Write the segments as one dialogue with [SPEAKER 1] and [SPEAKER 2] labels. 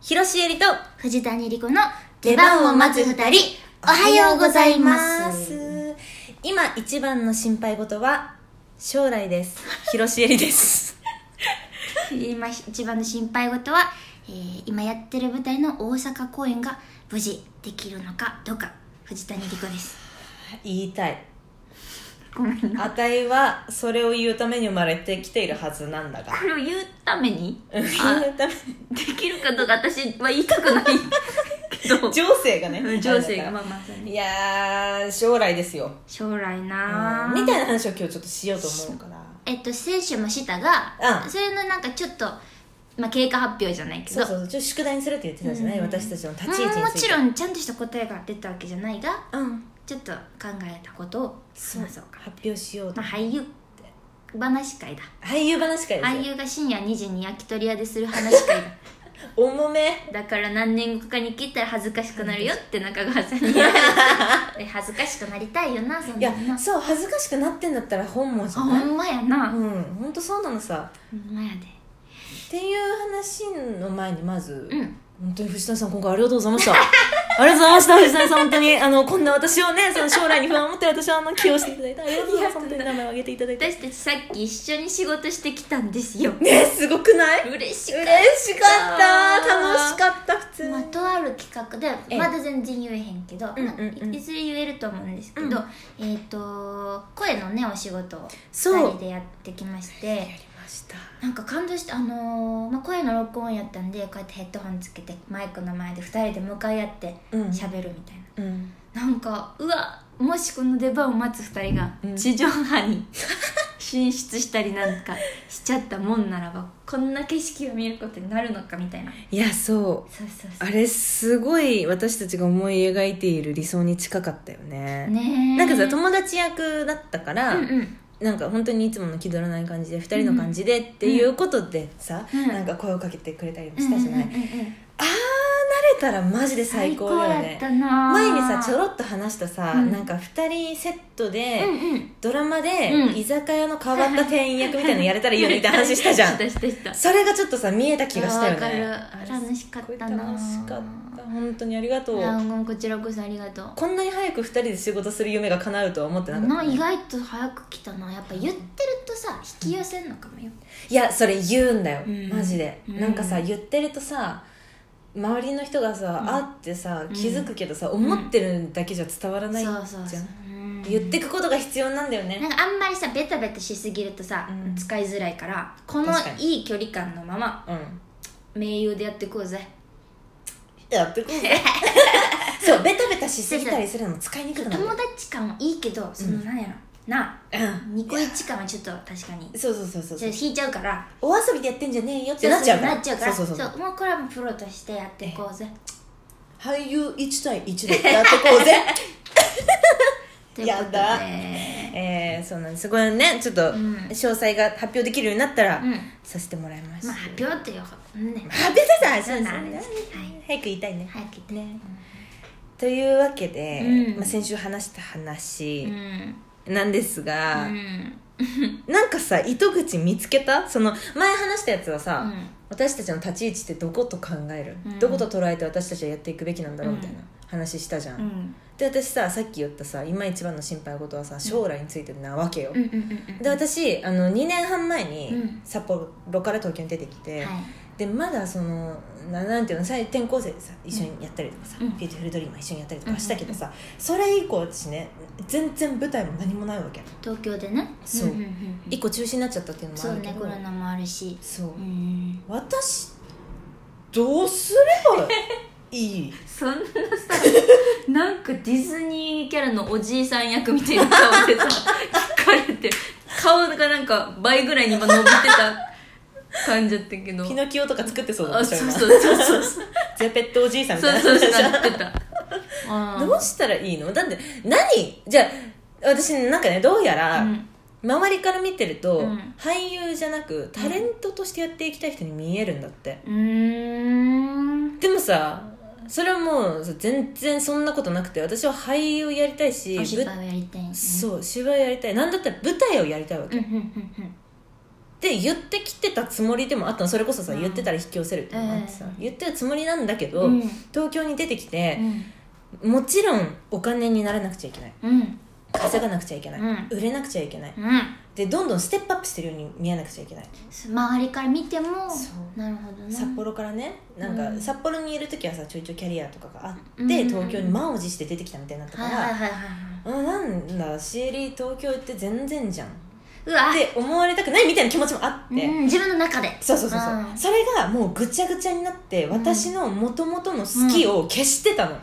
[SPEAKER 1] 広重理と
[SPEAKER 2] 藤谷莉子の出番を待つ二人おはようございます
[SPEAKER 1] 今一番の心配事は将来です広重理です
[SPEAKER 2] 今一番の心配事は、えー今やってる舞台の大阪公演が無事できるのかどうか藤谷莉子です
[SPEAKER 1] 言いたい
[SPEAKER 2] ごめん
[SPEAKER 1] あたいはそれを言うために生まれてきているはずなんだが
[SPEAKER 2] これを言うために
[SPEAKER 1] 言うために
[SPEAKER 2] できるかどうか私は言いたくないけど
[SPEAKER 1] 情勢がね
[SPEAKER 2] 情勢がまあまあ
[SPEAKER 1] いやー将来ですよ
[SPEAKER 2] 将来なあ
[SPEAKER 1] みたいな話を今日ちょっとしようと思うから
[SPEAKER 2] えっと選手もしたが、
[SPEAKER 1] うん
[SPEAKER 2] それのなんかちょっと、まあ、経過発表じゃないけ
[SPEAKER 1] そ
[SPEAKER 2] ど
[SPEAKER 1] うそうちょっと宿題にするって言ってたじゃない、
[SPEAKER 2] うん
[SPEAKER 1] 私たちの立ち位置につい
[SPEAKER 2] も
[SPEAKER 1] て
[SPEAKER 2] もちろんちゃんとした答えが出たわけじゃないが
[SPEAKER 1] うん
[SPEAKER 2] ちょっと考えたことを
[SPEAKER 1] そう
[SPEAKER 2] 話そうか
[SPEAKER 1] 発表しようと、
[SPEAKER 2] まあ、俳優話会だ
[SPEAKER 1] 俳優話会です
[SPEAKER 2] 俳
[SPEAKER 1] よ
[SPEAKER 2] 優が深夜2時に焼き鳥屋でする 話会
[SPEAKER 1] 重め
[SPEAKER 2] だだから何年後かに聞いたら恥ずかしくなるよって中川 さんに恥ずかしくなりたいよなそ
[SPEAKER 1] い
[SPEAKER 2] んな
[SPEAKER 1] や
[SPEAKER 2] んな
[SPEAKER 1] そう恥ずかしくなってんだったら本望じ
[SPEAKER 2] あ
[SPEAKER 1] ゃ
[SPEAKER 2] ほ
[SPEAKER 1] ない
[SPEAKER 2] んまやな、
[SPEAKER 1] う
[SPEAKER 2] ほ
[SPEAKER 1] んほんとそうなのさ
[SPEAKER 2] んまやで
[SPEAKER 1] っていう話の前にまず、
[SPEAKER 2] うん
[SPEAKER 1] 本当に藤谷さん今回ありがとうございましたありがとうございました藤谷さん本当にあのこんな私をねその将来に不安を持ってる私をあの起用していただいてありがとうございます本当に名前を挙げていただいて
[SPEAKER 2] 私たちさっき一緒に仕事してきたんですよ
[SPEAKER 1] ねすごくない
[SPEAKER 2] 嬉しかっ
[SPEAKER 1] 嬉しかった
[SPEAKER 2] あー
[SPEAKER 1] 楽しかった普
[SPEAKER 2] た
[SPEAKER 1] 通に、
[SPEAKER 2] まあとある企画
[SPEAKER 1] え
[SPEAKER 2] で
[SPEAKER 1] え
[SPEAKER 2] まだ全然言えへんけど、
[SPEAKER 1] うんうんうん
[SPEAKER 2] まあいいずれ言えると思うんですけど、
[SPEAKER 1] うん
[SPEAKER 2] えっ、と声のねお仕事を
[SPEAKER 1] そう
[SPEAKER 2] 2人でやってきまして
[SPEAKER 1] やりました
[SPEAKER 2] なんか感動してあのーまあ、声の録音やったんでこうやってヘッドホンつけてマイクの前で2人で向かい合って
[SPEAKER 1] うん
[SPEAKER 2] 喋るみたいな、
[SPEAKER 1] うん
[SPEAKER 2] なんかうわもしこの出番を待つ2人が
[SPEAKER 1] うん
[SPEAKER 2] 地上波に 進出したりなんかしちゃったもんならばこんな景色を見ることになるのかみたいない
[SPEAKER 1] やそう
[SPEAKER 2] そうそうそ
[SPEAKER 1] あれすごい私たちが思い描いている理想に近かったよね
[SPEAKER 2] うねえ
[SPEAKER 1] なんかさ友達役だったから、
[SPEAKER 2] うんうん
[SPEAKER 1] なんか本当にいつもの気取らない感じで2人の感じでっていうことでさ、
[SPEAKER 2] うん
[SPEAKER 1] なんか声をかけてくれたりもしたじゃない、
[SPEAKER 2] うんうんうんうん
[SPEAKER 1] あー慣れたらマジで最高だよ
[SPEAKER 2] 最高や
[SPEAKER 1] ね
[SPEAKER 2] ったなあ
[SPEAKER 1] 前にさちょろっと話したさ、
[SPEAKER 2] うん
[SPEAKER 1] なんか2人セットで、
[SPEAKER 2] うんうん
[SPEAKER 1] ドラマで
[SPEAKER 2] うん
[SPEAKER 1] 居酒屋の変わった店員役みたいなのやれたらいいよねみたいな話したじ ゃん
[SPEAKER 2] したしたした
[SPEAKER 1] それがちょっとさ見えた気がしたよ
[SPEAKER 2] わか
[SPEAKER 1] ね
[SPEAKER 2] る楽しかったな
[SPEAKER 1] 楽しかった本当にありがと
[SPEAKER 2] いうやもうこちらこそありがとう
[SPEAKER 1] こんなに早く2人で仕事する夢が叶うとは思ってなかった
[SPEAKER 2] な意外と早く来たなやっぱ言ってるとさ引き寄せんのかもよ
[SPEAKER 1] いやそれ言うんだよ、
[SPEAKER 2] うん
[SPEAKER 1] マジで、
[SPEAKER 2] うん
[SPEAKER 1] なんかさ言ってるとさ周りの人がさ、
[SPEAKER 2] うん
[SPEAKER 1] あってさ気づくけどさ、思ってるだけじゃ伝わらない、
[SPEAKER 2] そうそう
[SPEAKER 1] じ
[SPEAKER 2] そ
[SPEAKER 1] ゃ
[SPEAKER 2] うんうん
[SPEAKER 1] 言ってくことが必要なんだよね
[SPEAKER 2] なんかあんまりさベタベタしすぎるとさ、
[SPEAKER 1] うん
[SPEAKER 2] 使いづらいからこの
[SPEAKER 1] 確かに
[SPEAKER 2] いい距離感のまま
[SPEAKER 1] うん
[SPEAKER 2] 盟友でやっていこうぜ
[SPEAKER 1] やってこう ぜそうベタベタしすぎたりするのも使いにくく
[SPEAKER 2] 友
[SPEAKER 1] なる、
[SPEAKER 2] 達感はいいけどその
[SPEAKER 1] うん
[SPEAKER 2] なんやろ、な
[SPEAKER 1] う
[SPEAKER 2] ニコイチ感はちょっと確かに
[SPEAKER 1] ん、そうそうそうそう
[SPEAKER 2] ちょっと引いちゃうから
[SPEAKER 1] お遊びでやってんじゃねえよってなっちゃうから
[SPEAKER 2] なっちゃうから
[SPEAKER 1] そうそうそう
[SPEAKER 2] そうもうこれはもうプロとしてやっていこうぜ
[SPEAKER 1] 俳優1対1でやってこ うぜ
[SPEAKER 2] ということで
[SPEAKER 1] やだえー、そうなんですそこはねちょっと
[SPEAKER 2] ん
[SPEAKER 1] 詳細が発表できるようになったら、
[SPEAKER 2] うん
[SPEAKER 1] させてもらいます、
[SPEAKER 2] まあ発表ってよ、うんね、
[SPEAKER 1] 発表させた
[SPEAKER 2] そう
[SPEAKER 1] ら
[SPEAKER 2] なんです
[SPEAKER 1] 早く言いたいね、
[SPEAKER 2] 早く言って
[SPEAKER 1] ねというわけで、
[SPEAKER 2] うん
[SPEAKER 1] まあ、先週話した
[SPEAKER 2] う
[SPEAKER 1] 話
[SPEAKER 2] ん
[SPEAKER 1] なんです
[SPEAKER 2] う
[SPEAKER 1] が、
[SPEAKER 2] ん
[SPEAKER 1] なんかさ糸口見つけたその前話したやつは
[SPEAKER 2] う
[SPEAKER 1] さ、
[SPEAKER 2] ん
[SPEAKER 1] 私たちの立ち位置ってどこと考える、
[SPEAKER 2] うん
[SPEAKER 1] どこと捉えて私たちはやっていくべきなんだろうみたいな話したじゃん、
[SPEAKER 2] うん
[SPEAKER 1] で私ささっき言ったさ今一番の心配事はさ将来についてなわけよ、
[SPEAKER 2] うんうんうん
[SPEAKER 1] で私あの2年半前に
[SPEAKER 2] うん
[SPEAKER 1] 札幌から東京に出てき
[SPEAKER 2] う
[SPEAKER 1] て、
[SPEAKER 2] んはい
[SPEAKER 1] でまだそのななんていうの最転校生でさ一緒にやったりとかさ「
[SPEAKER 2] うん
[SPEAKER 1] ビューティフルドリーム」一緒にやったりとかしたけどさ、それ以降私ね全然舞台も何もないわけ
[SPEAKER 2] 東京でね
[SPEAKER 1] そうん
[SPEAKER 2] んん
[SPEAKER 1] 一個中止になっちゃったっていうのも
[SPEAKER 2] そ
[SPEAKER 1] あ
[SPEAKER 2] う
[SPEAKER 1] るけ
[SPEAKER 2] ね
[SPEAKER 1] ど
[SPEAKER 2] コロナもあるし
[SPEAKER 1] そう
[SPEAKER 2] うん
[SPEAKER 1] 私どうすればいい
[SPEAKER 2] そんなさなんかディズニーキャラのおじいさん役みたいな顔 でさ聞かれて顔がなんか倍ぐらいに今伸びてた感じだったけ ど
[SPEAKER 1] ピノキオとか作ってそうだ
[SPEAKER 2] あ
[SPEAKER 1] った
[SPEAKER 2] そう
[SPEAKER 1] 今
[SPEAKER 2] そうそうそうそうそう
[SPEAKER 1] ゼペットおじいさんみたいな
[SPEAKER 2] そうなってたあー
[SPEAKER 1] どうしたらいいのだって何じゃあ私なんかねどうやら、
[SPEAKER 2] うん
[SPEAKER 1] 周りから見てると、
[SPEAKER 2] うん
[SPEAKER 1] 俳優じゃなくタレントとしてやっていきたい人に見えるんだって、
[SPEAKER 2] うーん
[SPEAKER 1] でもさそれはもう全然そんなことなくて私は俳優やりたいし
[SPEAKER 2] お芝
[SPEAKER 1] ぶ
[SPEAKER 2] 居をやりたいね
[SPEAKER 1] そう芝居やりたいなんだったら舞台をやりたいわ
[SPEAKER 2] う
[SPEAKER 1] け、
[SPEAKER 2] んうんうん
[SPEAKER 1] って言ってきてたつもりでもあったのそれこそさ、
[SPEAKER 2] うん
[SPEAKER 1] 言ってたら引き寄せるっていうのがあってさ、
[SPEAKER 2] え
[SPEAKER 1] 言ってたつもりなんだけど、
[SPEAKER 2] うん
[SPEAKER 1] 東京に出てきて
[SPEAKER 2] う、ん
[SPEAKER 1] もちろんお金にならなくちゃいけない
[SPEAKER 2] うん
[SPEAKER 1] 稼がなくちゃいけない、
[SPEAKER 2] うん
[SPEAKER 1] 売れなくちゃいけない
[SPEAKER 2] うん
[SPEAKER 1] でどんどんステップアップしてるように見えなくちゃいけない
[SPEAKER 2] 周りから見ても
[SPEAKER 1] そう
[SPEAKER 2] なるほどね
[SPEAKER 1] 札幌からねなん
[SPEAKER 2] う
[SPEAKER 1] か
[SPEAKER 2] ん
[SPEAKER 1] 札幌にいる時はさちょいちょいキャリアとかがあって、
[SPEAKER 2] うんうんうん
[SPEAKER 1] 東京に満を持して出てきたみたいになったか
[SPEAKER 2] はい
[SPEAKER 1] ら、
[SPEAKER 2] はいはいはいは
[SPEAKER 1] うんなんだ CL 東京行って全然じゃんっ
[SPEAKER 2] いうわ
[SPEAKER 1] て思われたくないみたいな気持ちもあって、
[SPEAKER 2] うん自分の中で
[SPEAKER 1] そうそうそうそう、
[SPEAKER 2] うん
[SPEAKER 1] それがもうぐちゃぐちゃになって私のもともとの好きを消してたの、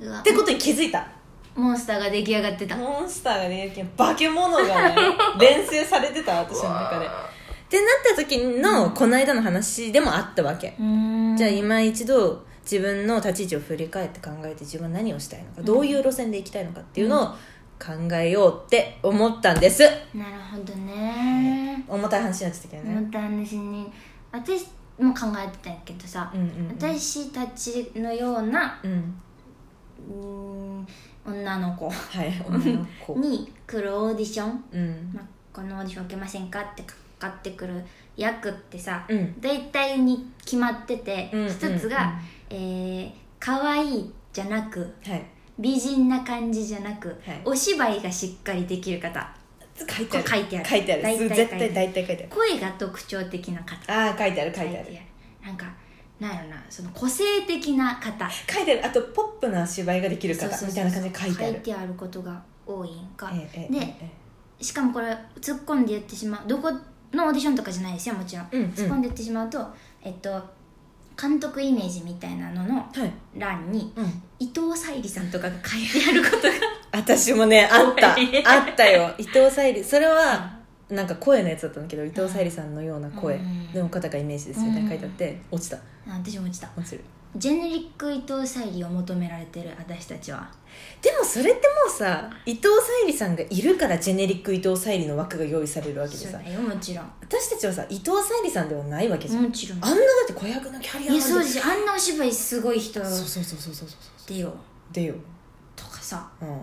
[SPEAKER 2] うわ
[SPEAKER 1] ってことに気づいた
[SPEAKER 2] モンスターが出来上がってた
[SPEAKER 1] モンスターがね化け物が ね連成されてた私の中でってなった時のこの間の話でもあったわけ、じゃあ今一度自分の立ち位置を振り返って考えて自分は何をしたいのか、どういう路線で行きたいのかっていうのを考えようって思ったんです
[SPEAKER 2] なるほどね
[SPEAKER 1] 重たい話になっちゃったけど
[SPEAKER 2] 思
[SPEAKER 1] ね、
[SPEAKER 2] った話に私も考えてたけどさ
[SPEAKER 1] うん、うんうん
[SPEAKER 2] 私たちのような
[SPEAKER 1] うん
[SPEAKER 2] うーん女の子
[SPEAKER 1] はい女の子
[SPEAKER 2] に来るオーディション、
[SPEAKER 1] うん
[SPEAKER 2] まあ、このオーディション受けませんかってかかってくる役ってさ、
[SPEAKER 1] うん
[SPEAKER 2] 大体に決まってて
[SPEAKER 1] うん
[SPEAKER 2] 一、つが、えー、可愛いじゃなく
[SPEAKER 1] はい
[SPEAKER 2] 美人な感じじゃなく、
[SPEAKER 1] はい
[SPEAKER 2] お芝居がしっかりできる方
[SPEAKER 1] 書いてある
[SPEAKER 2] こう書いてある
[SPEAKER 1] 書いてある
[SPEAKER 2] 大体
[SPEAKER 1] す
[SPEAKER 2] 書いてある
[SPEAKER 1] 絶対大体書いて
[SPEAKER 2] 声が特徴的な方
[SPEAKER 1] あるああー書いてある書いてある
[SPEAKER 2] なんかなんやろなその個性的な方
[SPEAKER 1] 書いてあるあとポップな芝居ができる方
[SPEAKER 2] そうそうそう
[SPEAKER 1] みたいな感じで書いてあ
[SPEAKER 2] 書い
[SPEAKER 1] る
[SPEAKER 2] てあることが多いんか、
[SPEAKER 1] ええええ
[SPEAKER 2] で
[SPEAKER 1] え
[SPEAKER 2] しかもこれ突っ込んで言ってしまうどこのオーディションとかじゃないですよもちろん、
[SPEAKER 1] うんうん
[SPEAKER 2] 突っ込んで言ってしまうとえっと監督イメージみたいなのの
[SPEAKER 1] えはい、
[SPEAKER 2] 欄に
[SPEAKER 1] うん、
[SPEAKER 2] 伊藤沙莉さんとかが書いてあることが
[SPEAKER 1] 私もねあ った
[SPEAKER 2] 怖い
[SPEAKER 1] あったよ伊藤沙莉それはなんか声のやつだったんだけど伊藤沙莉さんのような声
[SPEAKER 2] うん
[SPEAKER 1] の方がイメージですよね、
[SPEAKER 2] うん
[SPEAKER 1] 書いてあって落ちた
[SPEAKER 2] あ私も落ちた
[SPEAKER 1] 落ちる
[SPEAKER 2] ジェネリック伊藤沙莉を求められてる私たちは
[SPEAKER 1] でもそれってもうさ伊藤沙莉さんがいるからジェネリック伊藤沙莉の枠が用意されるわけで
[SPEAKER 2] そう
[SPEAKER 1] さ
[SPEAKER 2] だよもちろん
[SPEAKER 1] 私たちはさ伊藤沙莉さんではないわけじゃん、
[SPEAKER 2] もちろん
[SPEAKER 1] あんなだって子役のキャリア
[SPEAKER 2] いやそうで
[SPEAKER 1] し
[SPEAKER 2] すよあんなお芝居すごい人
[SPEAKER 1] そうそうそうそうそうそう
[SPEAKER 2] でよ
[SPEAKER 1] でよ、
[SPEAKER 2] とかさ
[SPEAKER 1] うん、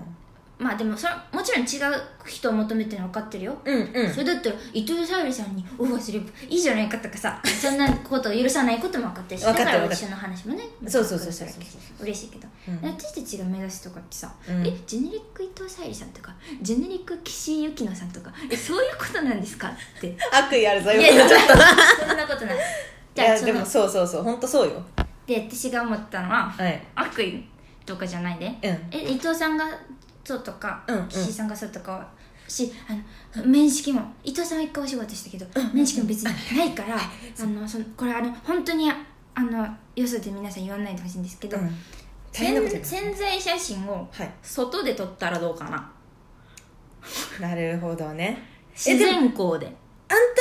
[SPEAKER 2] まあでもそれはもちろん違う人を求めてるの分かってるよ、
[SPEAKER 1] うんうん
[SPEAKER 2] それだったら伊藤沙莉さんにオファーすればいいじゃないかと かさそんなことを許さないことも分かってるし
[SPEAKER 1] 分かってる
[SPEAKER 2] だから
[SPEAKER 1] 分かって
[SPEAKER 2] 私の話もね
[SPEAKER 1] そうそうそう
[SPEAKER 2] そ
[SPEAKER 1] そうう
[SPEAKER 2] 嬉しいけ
[SPEAKER 1] う
[SPEAKER 2] ど、
[SPEAKER 1] ん
[SPEAKER 2] 私たちが目指すとかってさ、
[SPEAKER 1] うん
[SPEAKER 2] えジェネリック伊藤沙莉さんとかジェネリック岸井ゆきのさんとかえそういうことなんですかってい
[SPEAKER 1] 悪意あるぞ
[SPEAKER 2] や
[SPEAKER 1] 今
[SPEAKER 2] いや
[SPEAKER 1] ちょっと
[SPEAKER 2] そんなことない
[SPEAKER 1] い
[SPEAKER 2] じゃあ
[SPEAKER 1] や
[SPEAKER 2] そ
[SPEAKER 1] でも
[SPEAKER 2] の
[SPEAKER 1] そうそうそう本当そうよ
[SPEAKER 2] で私が思ったのは
[SPEAKER 1] はい
[SPEAKER 2] 悪意とかじゃないで
[SPEAKER 1] うん
[SPEAKER 2] え伊藤さんがそうとか、
[SPEAKER 1] うんうん
[SPEAKER 2] 岸井さんがそうとかはしあの面識も伊藤さんは一回お仕事したけど、面識も別にないから、あのそのこれあの本当にああのよそで皆さん言わないでほしいんですけど、
[SPEAKER 1] うん大
[SPEAKER 2] 潜
[SPEAKER 1] 変なこと言う
[SPEAKER 2] 潜在写真を
[SPEAKER 1] はい
[SPEAKER 2] 外で撮ったらどうかな
[SPEAKER 1] なるほどねえ
[SPEAKER 2] 自
[SPEAKER 1] でも
[SPEAKER 2] 然光で
[SPEAKER 1] あん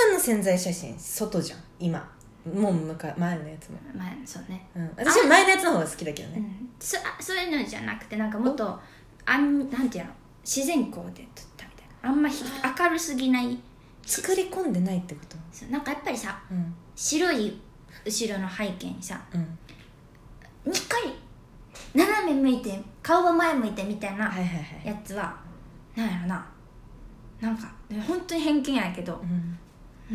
[SPEAKER 1] たの潜在写真外じゃん今もうむか前のやつも、
[SPEAKER 2] まあそうね、
[SPEAKER 1] うん、私は前のやつの方が好きだけど
[SPEAKER 2] う
[SPEAKER 1] ね
[SPEAKER 2] ん、そあそういうのじゃなくてなんかもっとあんなんていうの自然光で撮ったみたいなあんまひ明るすぎない
[SPEAKER 1] 作り込んでないってこと
[SPEAKER 2] そうなんかやっぱりさ
[SPEAKER 1] うん
[SPEAKER 2] 白い後ろの背景にさ
[SPEAKER 1] うん
[SPEAKER 2] にっかり斜め向いて顔が前向いてみたいな
[SPEAKER 1] はいはいはい
[SPEAKER 2] やつは、なんやろななんか本当に偏見やけど
[SPEAKER 1] う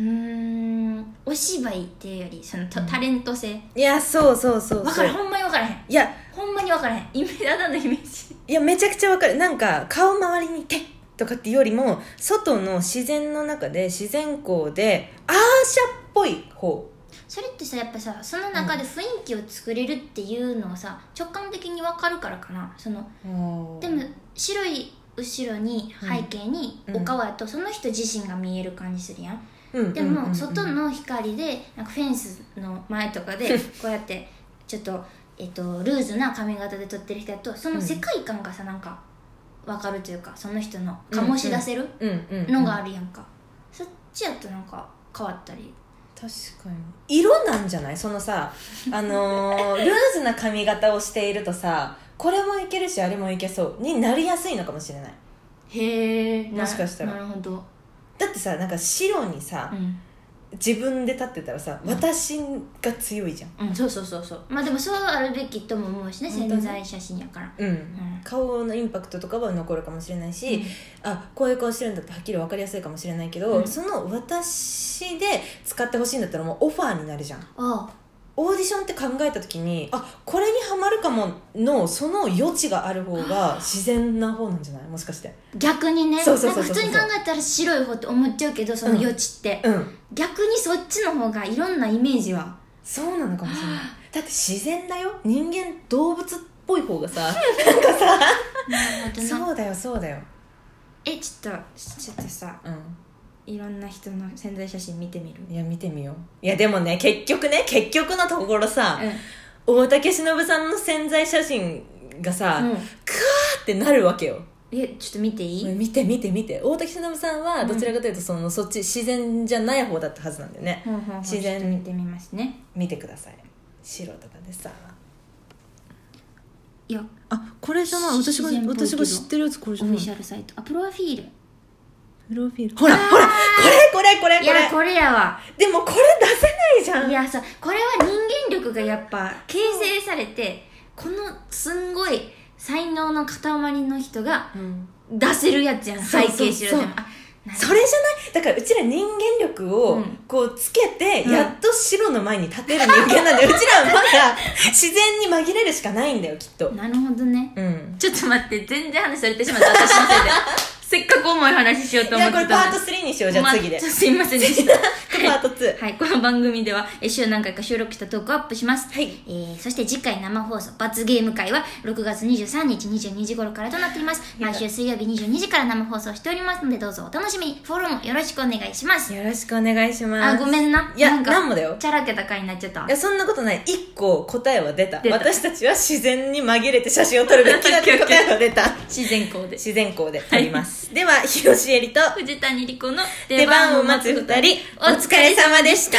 [SPEAKER 1] ん
[SPEAKER 2] うーんお芝居っていうよりそのタタレント性
[SPEAKER 1] いやそうそうそう
[SPEAKER 2] 分
[SPEAKER 1] そ
[SPEAKER 2] か
[SPEAKER 1] う
[SPEAKER 2] るほんまに分からへん
[SPEAKER 1] いや
[SPEAKER 2] ほんまに分からへんイメージあだのイメージ
[SPEAKER 1] いやめちゃくちゃわかるなんか顔周りに手とかっていうよりも外の自然の中で自然光でアーシャっぽい方
[SPEAKER 2] それってさやっぱさその中で雰囲気を作れるっていうのをさ直感的に分かるからかなその
[SPEAKER 1] で
[SPEAKER 2] でも白い後ろに背景に
[SPEAKER 1] うん
[SPEAKER 2] お顔やとその人自身が見える感じするやん、
[SPEAKER 1] うん
[SPEAKER 2] で
[SPEAKER 1] うんうんう
[SPEAKER 2] も
[SPEAKER 1] ん
[SPEAKER 2] 外の光でなんかフェンスの前とかでこうやってちょっと,、えっとルーズな髪型で撮ってる人だとその世界観がさなんか分かるというかその人の醸し出せる
[SPEAKER 1] うんうんうん
[SPEAKER 2] のがあるやんか、そっちやとなんか変わったり
[SPEAKER 1] 確かに色なんじゃないそのさあのールーズな髪型をしているとさこれもいけるしあれもいけそうになりやすいのかもしれない
[SPEAKER 2] へえ
[SPEAKER 1] もしかしたら
[SPEAKER 2] なるほど、
[SPEAKER 1] だってさなんか白にさ
[SPEAKER 2] う、ん、
[SPEAKER 1] 自分で立ってたらさ私が強いじゃん
[SPEAKER 3] うん、そうそうそうそう
[SPEAKER 2] まあでもそうあるべきとも思うしね
[SPEAKER 1] 本
[SPEAKER 2] 潜
[SPEAKER 1] 当ね
[SPEAKER 2] 在写真やから
[SPEAKER 1] うん、
[SPEAKER 2] ん
[SPEAKER 1] 顔のインパクトとかは残るかもしれないし、あこういう顔してるんだってはっきり分かりやすいかもしれないけど、
[SPEAKER 3] うん
[SPEAKER 1] その私で使ってほしいんだったらもうオファーになるじゃん
[SPEAKER 2] あ
[SPEAKER 1] オーディションって考えた時にあこれにはまるかものその余地がある方が自然な方なんじゃないもしかして
[SPEAKER 2] 逆にね
[SPEAKER 1] そうそうそう
[SPEAKER 2] な
[SPEAKER 1] そ
[SPEAKER 2] んか
[SPEAKER 1] う
[SPEAKER 2] 普通に考えたら白い方って思っちゃうけどその余地って、
[SPEAKER 1] うん
[SPEAKER 2] 逆にそっちの方がいろんなイメージは
[SPEAKER 1] そうなのかもし れないだって自然だよ人間動物っぽい方 がさなんかさそうだよそうだよ
[SPEAKER 2] えちょっとちょっとさ
[SPEAKER 1] う
[SPEAKER 2] いろんな人の潜在写真見てみる
[SPEAKER 1] んいや見てみよういやでもね結局ね結局のところさ、
[SPEAKER 2] う
[SPEAKER 1] 大竹しのぶさんの潜在写真がさ、
[SPEAKER 2] ん、
[SPEAKER 1] ク
[SPEAKER 2] う
[SPEAKER 1] ワ
[SPEAKER 2] ん
[SPEAKER 1] ー、ってなるわけよ
[SPEAKER 2] えちょっと見ていい、
[SPEAKER 1] 見て見て見て大竹しのぶさんはどちらかというとその、そっち自然じゃない方だったはずなんだよね
[SPEAKER 2] ほうほうほう
[SPEAKER 1] 自然
[SPEAKER 2] ちょっと見てみますね
[SPEAKER 1] 見てください白とかでさ
[SPEAKER 2] いや
[SPEAKER 1] あこれじ
[SPEAKER 2] ゃない私が私が知って
[SPEAKER 1] るやつこれ
[SPEAKER 2] オフィシャルサイトあプロフィール
[SPEAKER 1] プロフィールほらほらこれこれこれ
[SPEAKER 2] い
[SPEAKER 1] これ
[SPEAKER 2] やこれやわ
[SPEAKER 1] でもこれ出せないじゃん
[SPEAKER 2] いやさこれは人間力がやっぱ形成されてこのすんごい才能の塊の人が
[SPEAKER 1] うん
[SPEAKER 2] 出せるやつやん
[SPEAKER 1] そう
[SPEAKER 2] 再
[SPEAKER 1] そうそう
[SPEAKER 2] 形しろでもあなる
[SPEAKER 1] それじゃないだからうちら人間力
[SPEAKER 2] う
[SPEAKER 1] を
[SPEAKER 2] ん
[SPEAKER 1] こうつけて
[SPEAKER 2] うん
[SPEAKER 1] やっと白の前に立てる人間なんで、うちらはまだ自然に紛れるしかないんだよきっと
[SPEAKER 2] なるほどね
[SPEAKER 1] うん
[SPEAKER 3] ちょっと待って全然話されてしまった私のせいでせっかく重い話しようと
[SPEAKER 1] い
[SPEAKER 3] 思って
[SPEAKER 1] やこ
[SPEAKER 3] た
[SPEAKER 1] れパート3にしようじゃあ次で、
[SPEAKER 3] まちょっとすいませんでした
[SPEAKER 1] パート2
[SPEAKER 2] はいこの番組ではえ週何回か収録したトークをアップします
[SPEAKER 1] はい
[SPEAKER 2] えーそして次回生放送罰ゲーム会は6月23日22時頃からとなっています毎週水曜日22時から生放送しておりますのでどうぞお楽しみにフォローもよろしくお願いします
[SPEAKER 1] よろしくお願いします
[SPEAKER 2] あごめんない
[SPEAKER 1] や
[SPEAKER 2] なんか
[SPEAKER 1] なんもだよ
[SPEAKER 2] チャラけた回になっちゃった
[SPEAKER 1] いやそんなことない一個答えは出た
[SPEAKER 3] 出た
[SPEAKER 1] 私たちは自然に紛れて写真を撮るべき だって答えは出た
[SPEAKER 3] 自然光で
[SPEAKER 1] 自然光で撮ります、では広しえりと
[SPEAKER 3] 藤谷莉子の
[SPEAKER 1] 出番を待つ二人お疲れ様でした